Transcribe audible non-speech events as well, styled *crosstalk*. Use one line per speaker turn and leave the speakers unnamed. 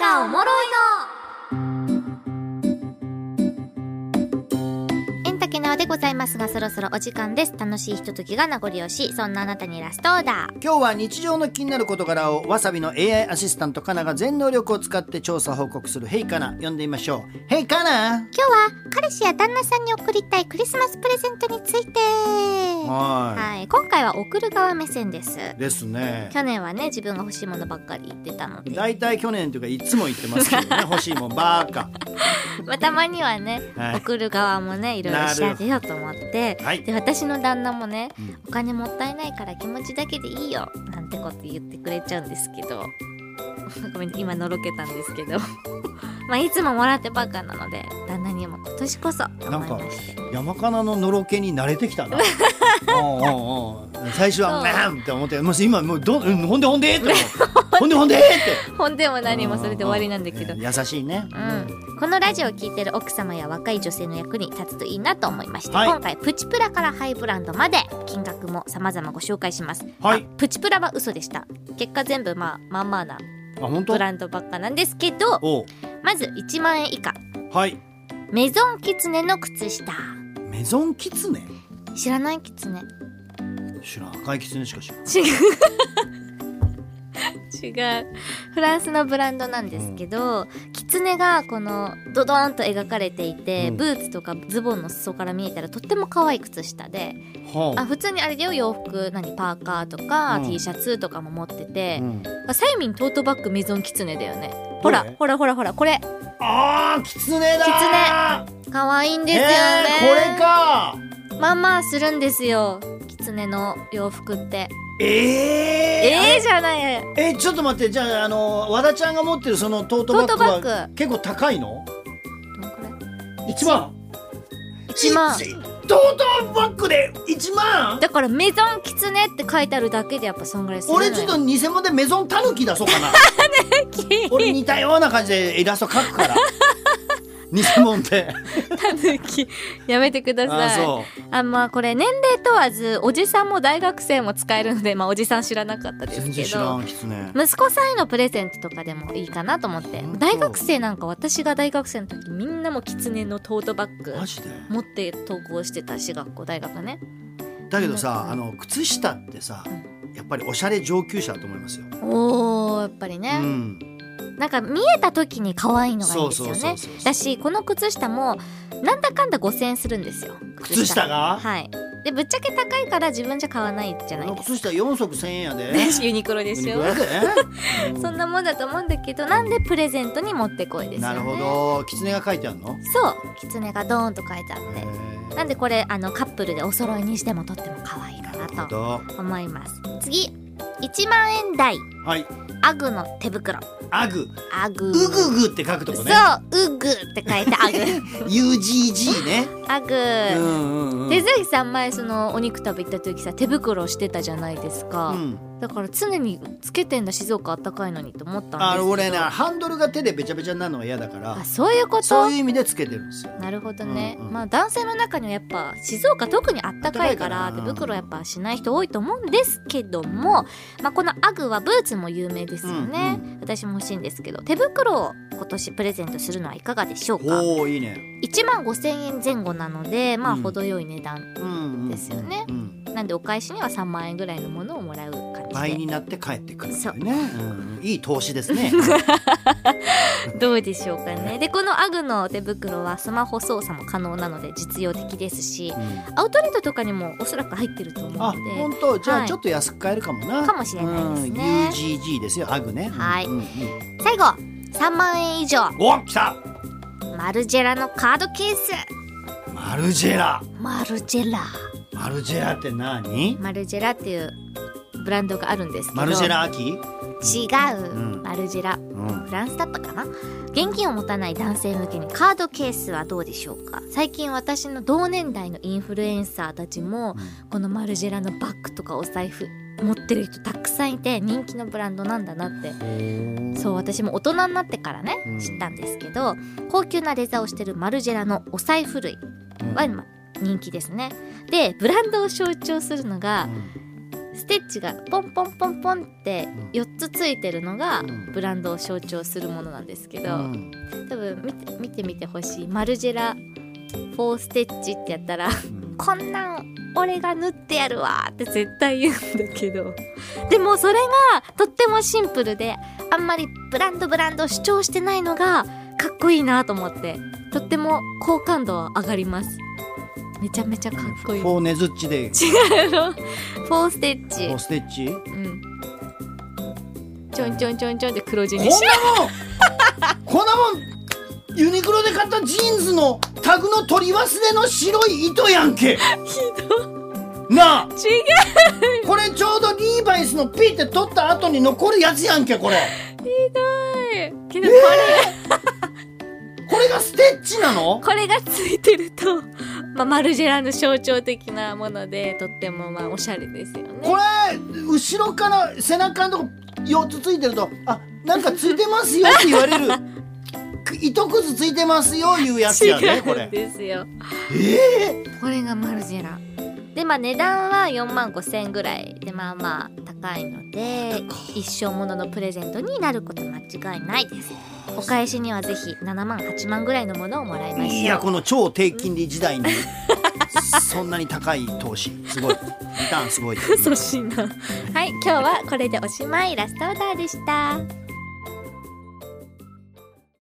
がおもろいのエンタケナでございますがそろそろお時間です楽しいひとときが名残惜しいそんなあなたにラストオーダー
今日は日常の気になる事柄をわさびの AI アシスタントカナが全能力を使って調査報告する「ヘイカナ」呼んでみましょう「ヘイカナ
今日は彼氏や旦那さんに贈りたいクリスマスプレゼントについて」
は
はい今回は贈る側目線です
いですね
去年はね自分が欲しいものばっかり言ってたので
大体去年というかいつも言ってますけ
*laughs*
どね欲しいもんばーか
まあ、たまにはね、
はい
送る側もねいろいろ調べようと思って、
はい
で私の旦那もね、
うん
お金もったいないから気持ちだけでいいよなんてこと言ってくれちゃうんですけど *laughs* ごめん今のろけたんですけど *laughs* まあいつももらってばっかなので旦那にも今年こそと思いまして
山かなののろけに慣れて
*laughs*
きたなおうおうおう最初は「
そう
なん!」って思ってもう今もうどうん「ほんでほんで!」って
*laughs*
思って「ほんでほんで!」って
本でも何もそれで終わりなんだけど
う。ん優しいね、
うん、このラジオを聞いてる奥様や若い女性の役に立つといいなと思いまして、
はい
今回プチプラからハイブランドまで金額も様々ご紹介します、
はい
まあプチプラは嘘でした結果全部まあまあまあな
あ本当
ブランドばっかなんですけど
おう
まず1万円以下
はい
メゾンキツネの靴下
メゾンキツネ
知らないキツネ
知らん赤いキツネしか知らん
違う違うフランスのブランドなんですけど、キツネがこのドドーンと描かれていて、
うん
ブーツとかズボンの裾から見えたらとっても可愛い靴下で
は
あ普通にあれだよ洋服何パーカーとか、
うん
T シャツとかも持ってて、
うん
あサイミントートバッグメゾンキツネだよねほ
ど
ら
れ
ほらほらほらこれ
あーキツネだー
可愛いんですよね、
えーこれか
まあまあするんですよキツネの洋服って
え
え
え
えじゃない
ー、えちょっと待ってじゃああの和田ちゃんが持ってるそのトートバッグ
トートバッ
は結構高いの
これ
一万
一万
一トートバッグで一万
だからメゾンキツネって書いてあるだけでやっぱそんぐらいするのよ
俺ちょっと偽物でメゾンタヌキ出そうかな俺似たような感じでイラスト描
*laughs*
くから偽物で
タヌキやめてくださいあ
そ
まあこれ年齢問わずおじさんも大学生も使えるのでまあおじさん知らなかった
う
です
全
け
然知ら
ど
んキツネ
息子さんへのプレゼントとかでもいいかなと思って
本当
大学生なんか私が大学生の時みんなもキツネのトートバッグ
マジで
持って登校してたし学校大学ね
だけど
う
さ
ん
あの靴下ってさやっぱりおしゃれ上級者だと思いますよ、
おーやっぱり
う
ね、
ん、
なんか見えた時に可愛いのがいいんですよ
そうそ
ね
うそうそう
だしこの靴下もなんだかんだ5000円するんですよ
靴下が
はいでぶっちゃけ高いから自分じゃ買わないじゃ
こ
ない
の
です
靴下4足1000円やで
か *laughs* ユニクロでしょ
500円
そんなもんだと思うんだけどなんでプレゼントに持ってこいですよね
なるほど狐が書いてあるの
そうキツネがドーンと書いてあっ
へ
て
ー
なんでこれあのカップルでお揃いにしてもとっても可愛いか
なる
な
ほ
と
ど
思います次1万円台
はい
アグの手袋
アグ
アグ
ウググって書くと
そ
こ
う
ね
ウグって書いてアグ
*laughs* UGG ね
アグ、
うんうんうん
でずきさん前そのお肉食べ行った時さ手袋してたじゃないですか、
うん
だから常につけてんだ静岡あったかいのにと思ったんです
あ
けど
俺ねハンドルが手でべちゃべちゃになるのが嫌だから
あそういうこと
そういう意味でつけてるんですよ
なるほどね、
うんうん
まあ男性の中にはやっぱ静岡特にあったかいから
あった
手
かいから
袋やっぱしない人多いと思うんですけども、まあ、このアグはブーツも有名ですよね、
う
私も欲しいんですけど手袋を今年プレゼントするのはいかがでしょうか
おおいいね
1万5000円前後なのでまあ
うん
程よい値段、
うんうん
ですよね
うん
なんでお返しには3万円ぐらいのものをもらう感
倍
じ
になって帰ってくるっていうねうんいい投資で
*laughs*
すね
でどうでしょうかねでこのアグの手袋はスマホ操作も可能なので実用的ですし
うん
アウトレットとかにもおそらく入ってると思う
あ、
ので
本当、じゃ
は
あ
い
ちょっと安く買えるかもな。
かもしれないですね
うん UGG ですよ、ハグね。
はい
うんうん
最後3万円以上
お、来た。
マルジェラのカードケース
マルジェラ。
マルジェラ
マルジェラって何？
マルジェラっていうブランドがあるんですけど
マルジェラ秋？
違う、
うん
マルジェラ
うん。
フランスだったかな現金を持たない男性向けにカードケースはどうでしょうか最近私の同年代のインフルエンサーたちもこのマルジェラのバッグとかお財布持ってる人たくさんいて人気のブランドなんだなってそう私も大人になってからね
うん
知ったんですけど高級なレザーをしてるマルジェラのお財布類は今人気ですねでブランドを象徴するのが
うん
ステッチがポンポンポンポンって4つついてるのが
うん
ブランドを象徴するものなんですけ
う
ど、
ん
多分見て見てみてほしいマルジェラフォーステッチってやったら
うん
こんなん俺が縫ってやるわって絶対言うんだけどでもそれがとってもシンプルであんまりブランドブランド主張してないのがかっこいいなと思ってとっても好感度は上がりますめちゃめちゃかっこいい
フォーネズッチで
違うの *laughs* フォーステッチ
フォーステッチこ
うんちょんちょんちょんちょんって黒字
ん
にし
なもんこんなもんユニクロで買ったジーンズのタグの取り忘れの白い糸やんけなあ
違う
これちょうどリーバイスのピって取った後に残るやつやんけこれ
ひどいけどこれ、
これがステッチなの
これがついてると、 *laughs* まあ、マルジェラの象徴的なものでとってもまあおしゃれですよね
これ後ろから背中のとこ4つついてると「あなんかついてますよ」って言われ *laughs* るく糸くずついてますよいうやつ
違
やねこ
うん
れ
ですよ
ええ
これがマルジェラでまあ値段は4万5千円ぐらいでまあまあ高いので一生もののプレゼントになること間違いないですお返しにはぜひ7万8万ぐらいのものをもらいましょう
いやこの超低金利時代にそんなに高い投資すごいリ
*laughs*
ターンすごい
粗品はい今日はこれでおしまいラストオーダーでした